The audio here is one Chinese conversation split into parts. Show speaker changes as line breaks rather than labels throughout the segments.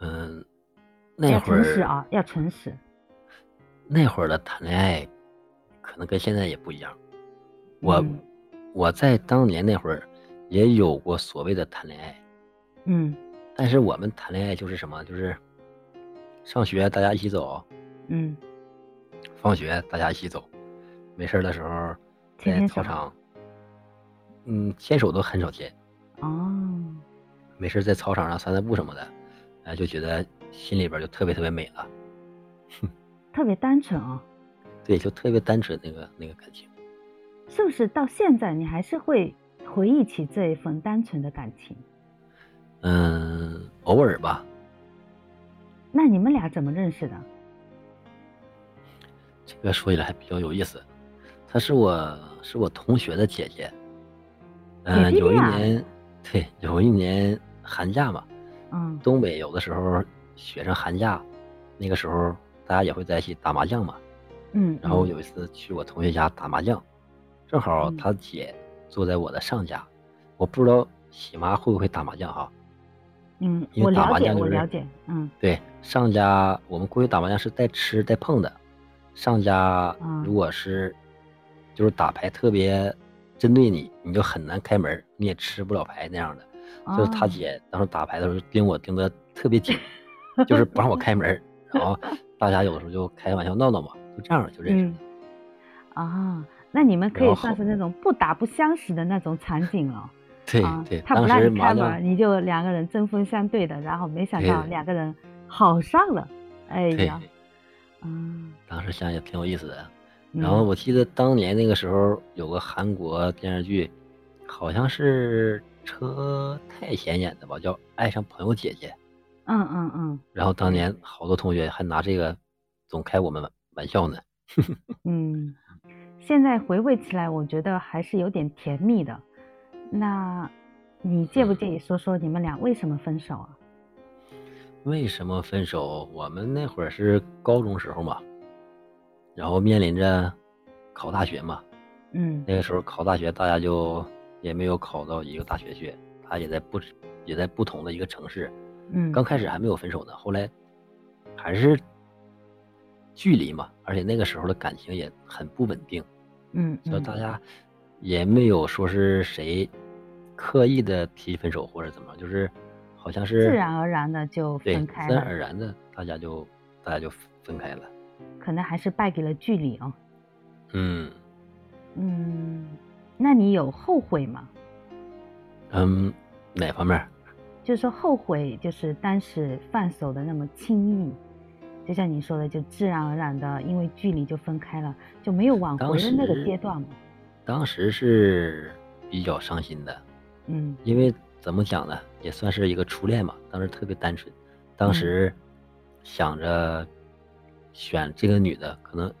嗯，
要
那会
诚实
儿
啊，要诚实。
那会儿的谈恋爱，可能跟现在也不一样。我、
嗯
我在当年那会儿也有过所谓的谈恋爱，
嗯
但是我们谈恋爱就是什么，就是上学大家一起走，
嗯，
放学大家一起走，没事儿的时候
牵
在
牵
操
手
场，嗯，牵手都很少牵，
哦，
没事儿在操场上散散步什么的，哎、就觉得心里边儿就特别特别美了，
特别单纯啊、
对，就特别单纯那个那个感情。
是不是？到现在你还是会回忆起这一份单纯的感情？
嗯，偶尔吧，
那你们俩怎么认识的？
这个说起来还比较有意思。她是我是我同学的姐姐，嗯、
姐弟
有一
恋啊
年，对，有一年寒假嘛，
嗯
东北有的时候学生寒假，那个时候大家也会在一起打麻将嘛。
嗯，
然后
嗯
有一次去我同学家打麻将，正好
嗯
他姐坐在我的上家，我不知道喜妈会不会打麻将哈。
嗯，
因为
我
打
了
麻
解，
将就
我
是
了解，嗯
对，上家我们过去打麻将是带吃带碰的，上家
啊
如果是就是打牌特别针对你，你就很难开门，你也吃不了牌那样的。就是他
哦
姐当时打牌的时候盯我盯得特别紧，就是不让我开门。然后大家有的时候就开玩笑闹闹嘛，就这样就认识了
嗯。啊、那你们可
然
以
后
算是那种不打不相识的那种场景了。
对
啊
对，
他不
当
让
时
你
麻
开
将
门，你就两个人针锋相对的，然后没想到
对
两个人好上了，哎
对
呀，，嗯，
当时想也挺有意思的。
嗯
然后我记得当年那个时候有个韩国电视剧，好像是车太贤演的吧，叫《爱上朋友姐姐》。
嗯嗯嗯
然后当年好多同学还拿这个总开我们玩玩笑呢。
嗯，现在回味起来，我觉得还是有点甜蜜的。那你介不介意说说你们俩为什么分手啊？
为什么分手？我们那会儿是高中时候嘛，然后面临着考大学嘛。
嗯
那个时候考大学，大家就也没有考到一个大学去，他也在不也在不同的一个城市。
嗯，
刚开始还没有分手呢，后来还是距离嘛，而且那个时候的感情也很不稳定，
嗯
所以
嗯
大家也没有说是谁刻意的提分手或者怎么，就是好像是
自然而然地就
对
分开
自然
了
而然的大家就大家就分开了。
可能还是败给了距离哦。
嗯
嗯，那你有后悔吗？
嗯，哪方面儿？
就是说后悔，就是当时放手的那么轻易，就像你说的，就自然而然的，因为距离就分开了，就没有挽
当
回的那个
时
阶段嘛。
当时是比较伤心的，
嗯
因为怎么讲呢，也算是一个初恋嘛，当时特别单纯，当
嗯
时想着选这个女的，可能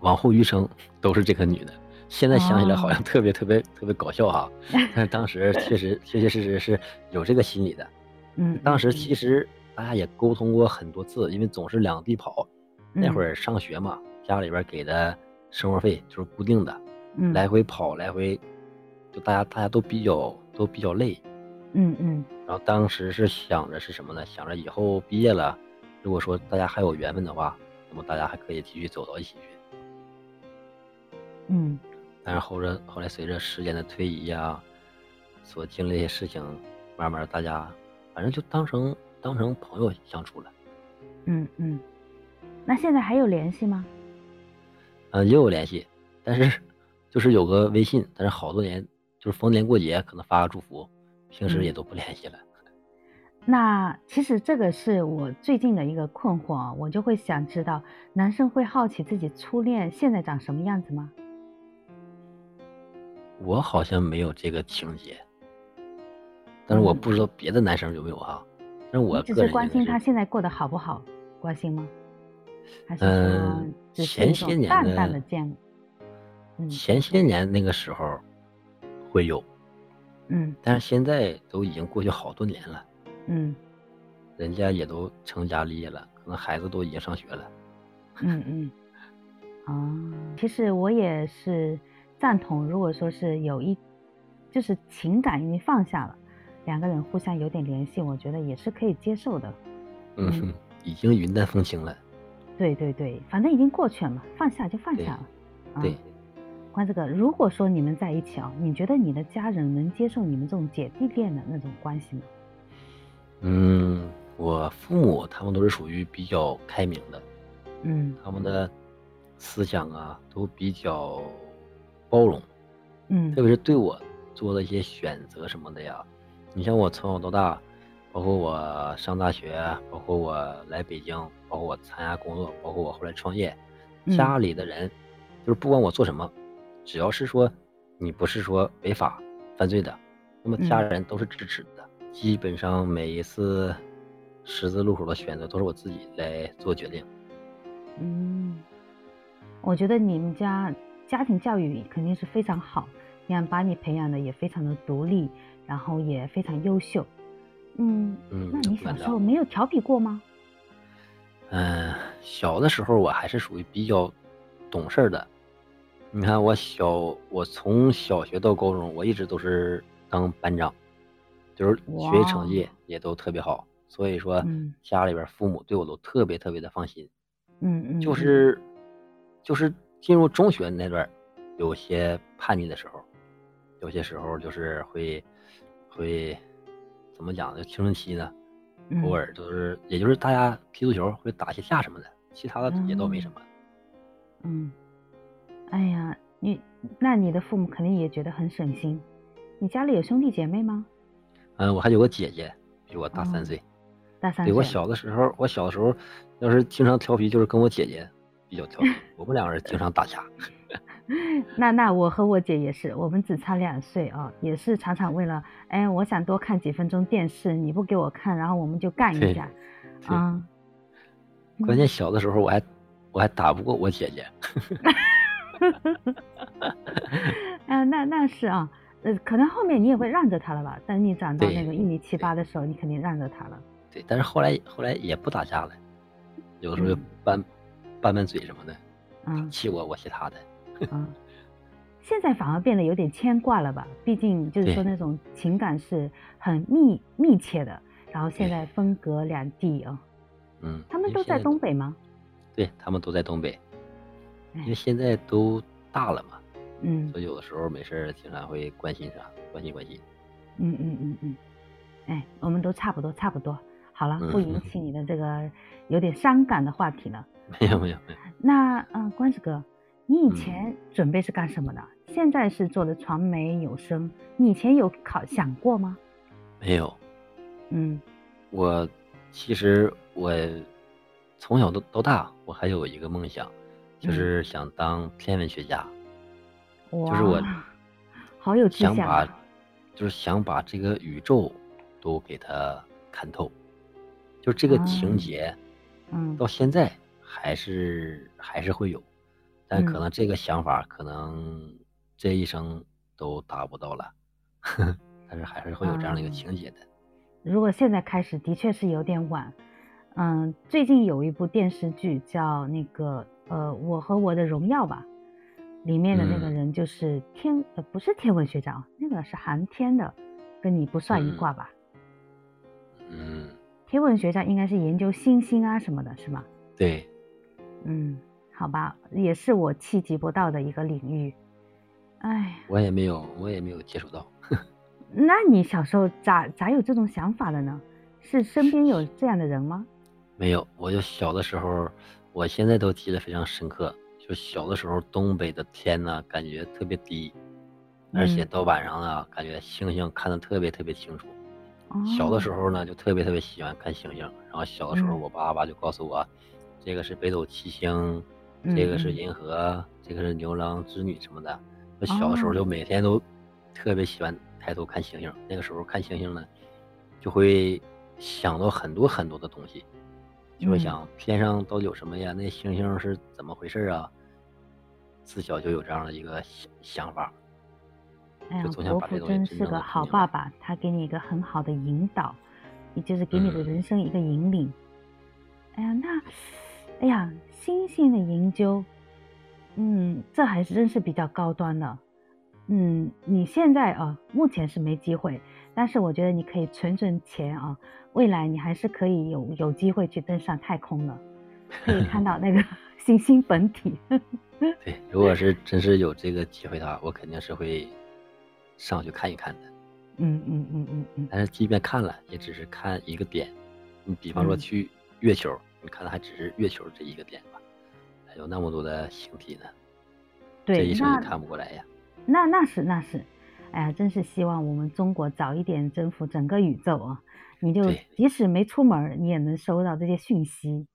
往后余生都是这个女的。现在想起
哦
来好像特别特别特别搞笑 哈、但是当时确实确确实实是有这个心理的。
嗯，
当时
嗯
其实大家也沟通过很多次，因为总是两地跑，那会
嗯
儿上学嘛，家里边给的生活费就是固定的，
嗯
来回跑，来回，就大家大家都比较都比较累。
嗯嗯
然后当时是想着是什么呢？想着以后毕业了，如果说大家还有缘分的话，那么大家还可以继续走到一起去。
嗯
但是后着后来随着时间的推移啊，所经历的一些事情，慢慢大家反正就当成当成朋友相处了。
嗯嗯，那现在还有联系吗？
嗯、也有联系，但是就是有个微信，但是好多年就是逢年过节可能发个祝福，平时也
嗯
都不联系了。
那其实这个是我最近的一个困惑啊，我就会想知道，男生会好奇自己初恋现在长什么样子吗？
我好像没有这个情节，但是我
嗯
不知道别的男生有没有啊。但是我
你只
个
是
人
关
应该
心他
是，
现在过得好不好，关心吗？还是说
嗯，
只是
前
一
些
种
年
淡淡的
的
见？嗯
前些年那个时候会有，
嗯
但是现在都已经过去好多年了，
嗯
人家也都成家立业了，可能孩子都已经上学了。
嗯嗯。啊，其实我也是赞同，如果说是有一，就是情感已经放下了，两个人互相有点联系，我觉得也是可以接受的。
嗯哼，已经云淡风轻了。
对对对，反正已经过去了嘛，放下就放
对
下了。啊
对，
关这个，如果说你们在一起啊，你觉得你的家人能接受你们这种姐弟恋的那种关系吗？
嗯，我父母他们都是属于比较开明的，
嗯
他们的思想啊都比较包容，
嗯
特别是对我做的一些选择什么的呀。你像我从小到大，包括我上大学，包括我来北京，包括我参加工作，包括我后来创业，
嗯
家里的人、就是不管我做什么，只要是说你不是说违法犯罪的，那么家
嗯
人都是支持的。基本上每一次十字路口的选择都是我自己来做决定。
嗯，我觉得你们家家庭教育肯定是非常好，你看把你培养的也非常的独立，然后也非常优秀。嗯，
嗯，
那你小
反
时
正
候没有调皮过吗？
嗯，小的时候我还是属于比较懂事儿的。你看，我小我从小学到高中，我一直都是当班长，就是学习成绩也都特别好，所以说
哦嗯
家里边儿父母对我都特别特别的放心。
嗯嗯，
就
嗯
是就是进入中学那段儿，有些叛逆的时候，有些时候就是会会怎么讲呢？青春期呢，偶
嗯
尔就是，也就是大家踢足球会打一些架什么的，其他的也倒
哦
没什么。
嗯，哎呀，你那你的父母肯定也觉得很省心。你家里有兄弟姐妹吗？
嗯，我还有个姐姐，比我大
哦
三岁。
大三
对
岁。
我小的时候，我小的时候要是经常调皮，就是跟我姐姐比较调 皮，我们两个人经常打架。
那那我和我姐也是，我们只差两岁啊，也是常常为了，哎，我想多看几分钟电视，你不给我看，然后我们就干一
对
架，
对
啊，
关
嗯
键小的时候我还我还打不过我姐姐。
啊，那那是啊，呃，可能后面你也会让着他了吧？等你长到那
对
个一米七八的时候，你肯定让着他了。
对，但是后来后来也不打架了，有的时候就
嗯
拌拌拌嘴什么的，
嗯
气我我气他的。
嗯，现在反而变得有点牵挂了吧？毕竟就是说
对
那种情感是很密密切的，然后现
对
在分隔两地啊、
嗯，
他们
因为
都
现
在东北吗？
对他们都在东北，因
哎
为现在都大了嘛，
嗯
所以有的时候没事儿经常会关心啥，关心关心。
嗯嗯嗯嗯，哎，我们都差不多差不多。好
嗯
了，不引起你的这个有点伤感的话题了。
没有没有没有，
那嗯、呃关子哥，你以
嗯
前准备是干什么的？现在是做的传媒有声，你以前有考想过吗？
没有。
嗯
我其实我从小到到大，我还有一个梦想，就
嗯
是想当天文学家。
哇，
就是我
好有志
想
向
把
啊！，
就是想把这个宇宙都给它看透，就这个
啊
情节
嗯
到现在还是还是会有，但可
嗯
能这个想法可能这一生都达不到了， 但是还是会有这样的一个
啊
情节的。
如果现在开始，的确是有点晚。嗯，最近有一部电视剧叫那个呃，《我和我的荣耀》吧，里面的那个
嗯
人就是天、呃，不是天文学家啊，那个是航天的，跟你不算一
嗯
卦吧？
嗯，
天文学家应该是研究星星啊什么的，是吗？
对，
嗯，好吧，也是我气及不到的一个领域。哎，
我也没有，我也没有接触到。
那你小时候咋咋有这种想法的呢？是身边有这样的人吗？
没有，我就小的时候，我现在都记得非常深刻。就小的时候，东北的天呢，感觉特别低，而且
嗯
到晚上呢，感觉星星看得特别特别清楚。小的时
哦，
候呢，就特别特别喜欢看星星。然后小的时候，
嗯
我爸爸就告诉我，这个是北斗七星，这
嗯
个是
嗯
银河，这个是牛郎织女什么的。我小的时候就
哦
每天都特别喜欢抬头看星星。那个时候看星星呢，就会想到很多很多的东西，就会
嗯
想天上到底有什么呀？那星星是怎么回事啊？自小就有这样的一个想想法。
哎呀
就，总想
国
把
父
这东西
真
真
是
正
个
地
好
听明
爸
白
爸，他给你一个很好的引导，也就是给你的
嗯
人生一个引领。哎呀，那，哎呀，星星的研究，嗯，这还是真是比较高端的。嗯，你现在啊，目前是没机会，但是我觉得你可以存存钱啊，未来你还是可以有有机会去登上太空的，可以看到那个 行星本体。
对，如果是真是有这个机会的话，我肯定是会上去看一看的。
嗯嗯嗯嗯嗯，
但是即便看了，也只是看一个点。你比方说
嗯
去月球，你看的还只是月球这一个点吧，还有那么多的星体呢，这
对
一，生
那
也看不过来呀。
那那是那是，哎呀，真是希望我们中国早一点征服整个宇宙啊！你就
对
即使没出门儿，你也能收到这些讯息。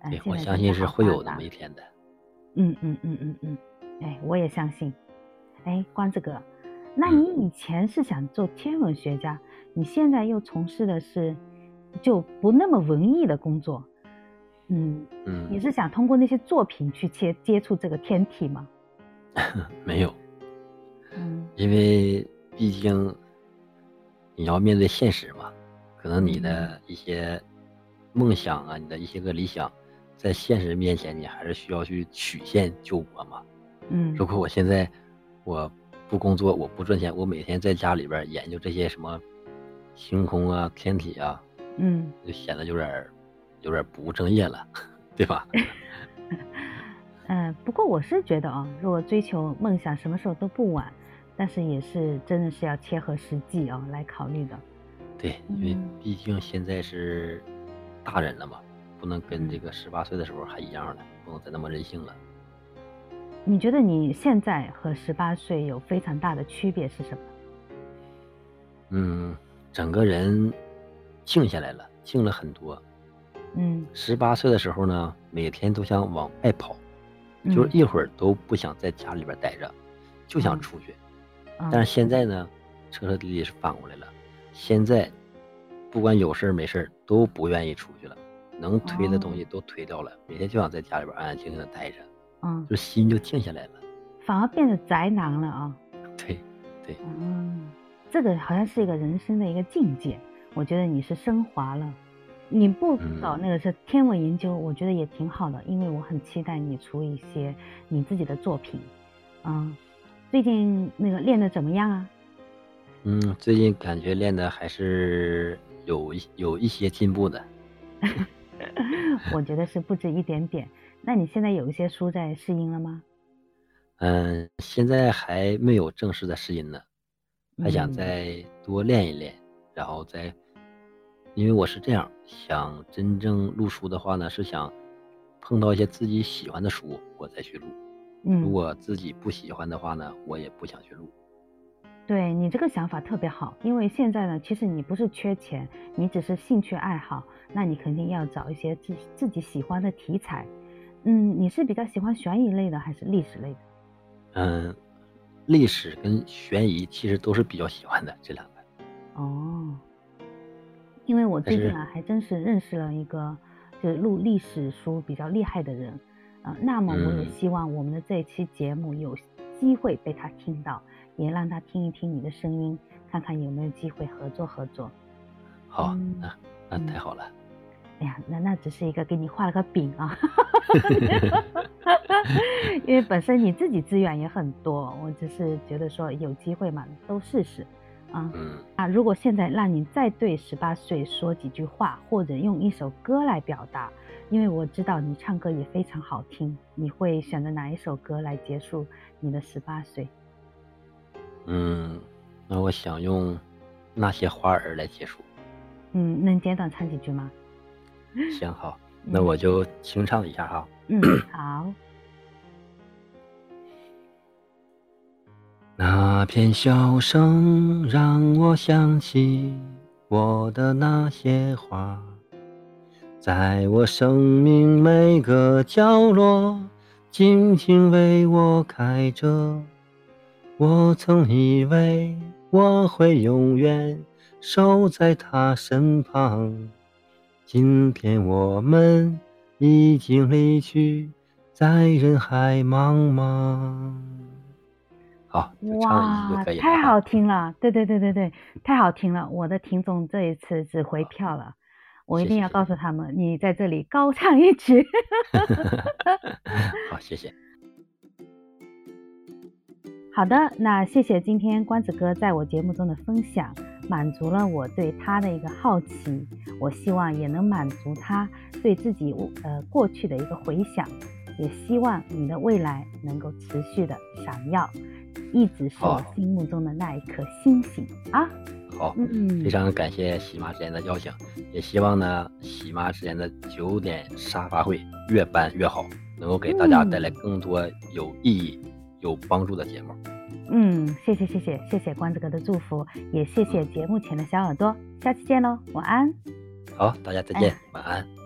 哎，
对，
现
我
在
相
真
信
的
是
好
会
发
有那
达
么一天的。
嗯嗯嗯嗯嗯，哎，我也相信。哎，关子哥，那
嗯
你以前是想做天文学家，你现在又从事的是就不那么文艺的工作，嗯，
嗯，
你是想通过那些作品去接接触这个天体吗？
没有，
嗯
因为毕竟你要面对现实嘛，可能你的一些梦想啊，你的一些个理想，在现实面前，你还是需要去曲线救国嘛。
嗯
如果我现在我不工作，我不赚钱，我每天在家里边儿研究这些什么星空啊、天体啊，
嗯，
就显得有点儿有点儿不务正业了， 对吧？
嗯，不过我是觉得啊、如果追求梦想，什么时候都不晚，但是也是真的是要切合实际啊、来考虑的。
对，因为
嗯
毕竟现在是大人了嘛，不能跟这
嗯
个十八岁的时候还一样了，不能再那么任性了。
你觉得你现在和十八岁有非常大的区别是什么？
嗯，整个人静下来了，静了很多。
嗯，
十八岁的时候呢，每天都想往外跑，就是一会儿都不想在家里边待着，就想
嗯
出去。
嗯，
但是现在呢，彻彻底底是反过来了。现在不管有事儿没事儿都不愿意出去了，能推的东
哦
西都推掉了，每天就想在家里边安安静静的待着，
嗯，
就心就静下来了。
反而变得宅男了啊、
对，
嗯，这个好像是一个人生的一个境界，我觉得你是升华了。你不搞
嗯
那个是天文研究，我觉得也挺好的，因为我很期待你出一些你自己的作品。嗯，最近那个练的怎么样啊？
嗯，最近感觉练的还是有一有一些进步的。
我觉得是不止一点点。那你现在有一些书在试音了吗？
嗯，现在还没有正式的试音呢，还想
嗯
再多练一练，然后再，因为我是这样，想真正录书的话呢，是想碰到一些自己喜欢的书，我再去录；如
嗯，
果自己不喜欢的话呢，我也不想去录。
对你这个想法特别好，因为现在呢，其实你不是缺钱，你只是兴趣爱好，那你肯定要找一些自自己喜欢的题材。嗯，你是比较喜欢悬疑类的还是历史类的？
嗯，历史跟悬疑其实都是比较喜欢的这两个。
哦，因为我
但
最近
是
啊，还真是认识了一个就是录历史书比较厉害的人啊、呃那么我也
嗯
希望我们的这一期节目有机会被他听到，也让他听一听你的声音，看看有没有机会合作合作。
好，
嗯
那那太好了。
哎呀，那那只是一个给你画了个饼啊， 因为本身你自己资源也很多，我只是觉得说有机会嘛，都试试啊。
嗯
啊，如果现在让你再对十八岁说几句话，或者用一首歌来表达，因为我知道你唱歌也非常好听，你会选择哪一首歌来结束你的十八岁？
嗯，那我想用那些花儿来结束。
嗯，能简短唱几句吗？
行好，那
嗯
我就清唱一下哈。
嗯，好，
那片笑声让我想起我的那些花，在我生命每个角落，静静为我开着。我曾以为我会永远守在她身旁，今天我们已经离去，在人海茫茫。好，就唱一句
哇
就可以，了。
太好。听了，对对对对对，太好听了！我的听众这一次只回票了，我
啊
一
谢
定
谢
要
谢
告
谢
诉他们，你在这里高唱一曲。
好，谢谢。
好的，那谢谢今天关子哥在我节目中的分享。满足了我对他的一个好奇，我希望也能满足他对自己呃过去的一个回想，也希望你的未来能够持续的闪耀，一直是我
好
心目中的那一颗星星啊！
好，
嗯
非，常感谢喜妈之前的邀请，也希望呢喜妈之前的九点沙发会越办越好，能够给大家带来更多有意义、有帮助的节目。
嗯，谢谢谢谢谢谢关子哥的祝福，也谢谢节目前的小耳朵，下期见喽，晚安。
好，大家再见，晚安。